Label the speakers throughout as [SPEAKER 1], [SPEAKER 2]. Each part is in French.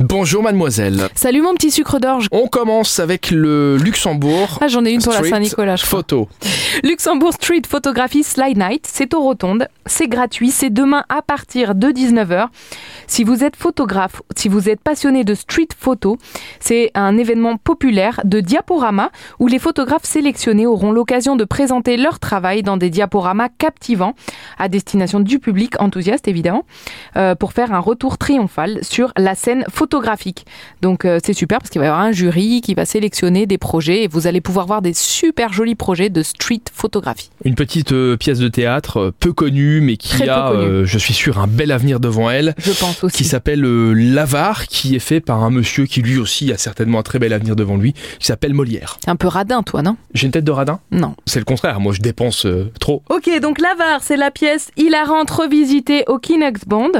[SPEAKER 1] Bonjour mademoiselle.
[SPEAKER 2] Salut mon petit sucre d'orge.
[SPEAKER 1] On commence avec le Luxembourg.
[SPEAKER 2] Ah, j'en ai une pour
[SPEAKER 1] Street
[SPEAKER 2] la Saint-Nicolas. je crois.
[SPEAKER 1] Photo.
[SPEAKER 2] Luxembourg Street Photography Slide Night, c'est aux rotondes, c'est gratuit, c'est demain à partir de 19h. Si vous êtes photographe, si vous êtes passionné de street photo, c'est un événement populaire de diaporama où les photographes sélectionnés auront l'occasion de présenter leur travail dans des diaporamas captivants à destination du public enthousiaste évidemment euh, pour faire un retour triomphal sur la scène photographique. Donc euh, c'est super parce qu'il va y avoir un jury qui va sélectionner des projets et vous allez pouvoir voir des super jolis projets de street photographie.
[SPEAKER 1] Une petite euh, pièce de théâtre euh, peu connue, mais qui
[SPEAKER 2] Très peu
[SPEAKER 1] a,
[SPEAKER 2] connue.
[SPEAKER 1] euh, je suis sûr, un bel avenir devant elle.
[SPEAKER 2] Je pense
[SPEAKER 1] Qui
[SPEAKER 2] aussi.
[SPEAKER 1] s'appelle euh, L'Avare, qui est fait par un monsieur qui lui aussi a certainement un très bel avenir devant lui, qui s'appelle Molière.
[SPEAKER 2] T'es un peu radin toi, non
[SPEAKER 1] J'ai une tête de radin
[SPEAKER 2] Non.
[SPEAKER 1] C'est le contraire, moi je dépense euh, trop.
[SPEAKER 2] Ok, donc l'avare, c'est la pièce hilarante revisitée au Kinex Bond.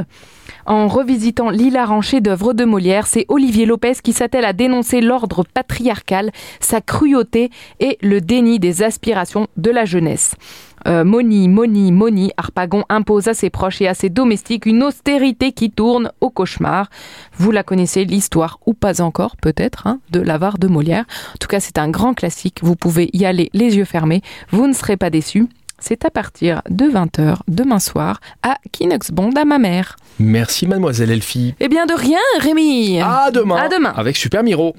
[SPEAKER 2] En revisitant l'hilarant chef-d'œuvre de Molière, c'est Olivier Lopez qui s'attelle à dénoncer l'ordre patriarcal, sa cruauté et le déni des aspirations de la jeunesse. Euh, Moni, Moni, Moni, Harpagon impose à ses proches et à ses domestiques une austérité qui tourne au cauchemar. Vous la connaissez, l'histoire, ou pas encore, peut-être, hein, de l'avare de Molière. En tout cas, c'est un grand classique. Vous pouvez y aller les yeux fermés. Vous ne serez pas déçus. C'est à partir de 20h demain soir à Kinox Bond à ma mère.
[SPEAKER 1] Merci mademoiselle Elfie.
[SPEAKER 2] Eh bien de rien, Rémi
[SPEAKER 1] À demain.
[SPEAKER 2] À demain.
[SPEAKER 1] Avec Super Miro.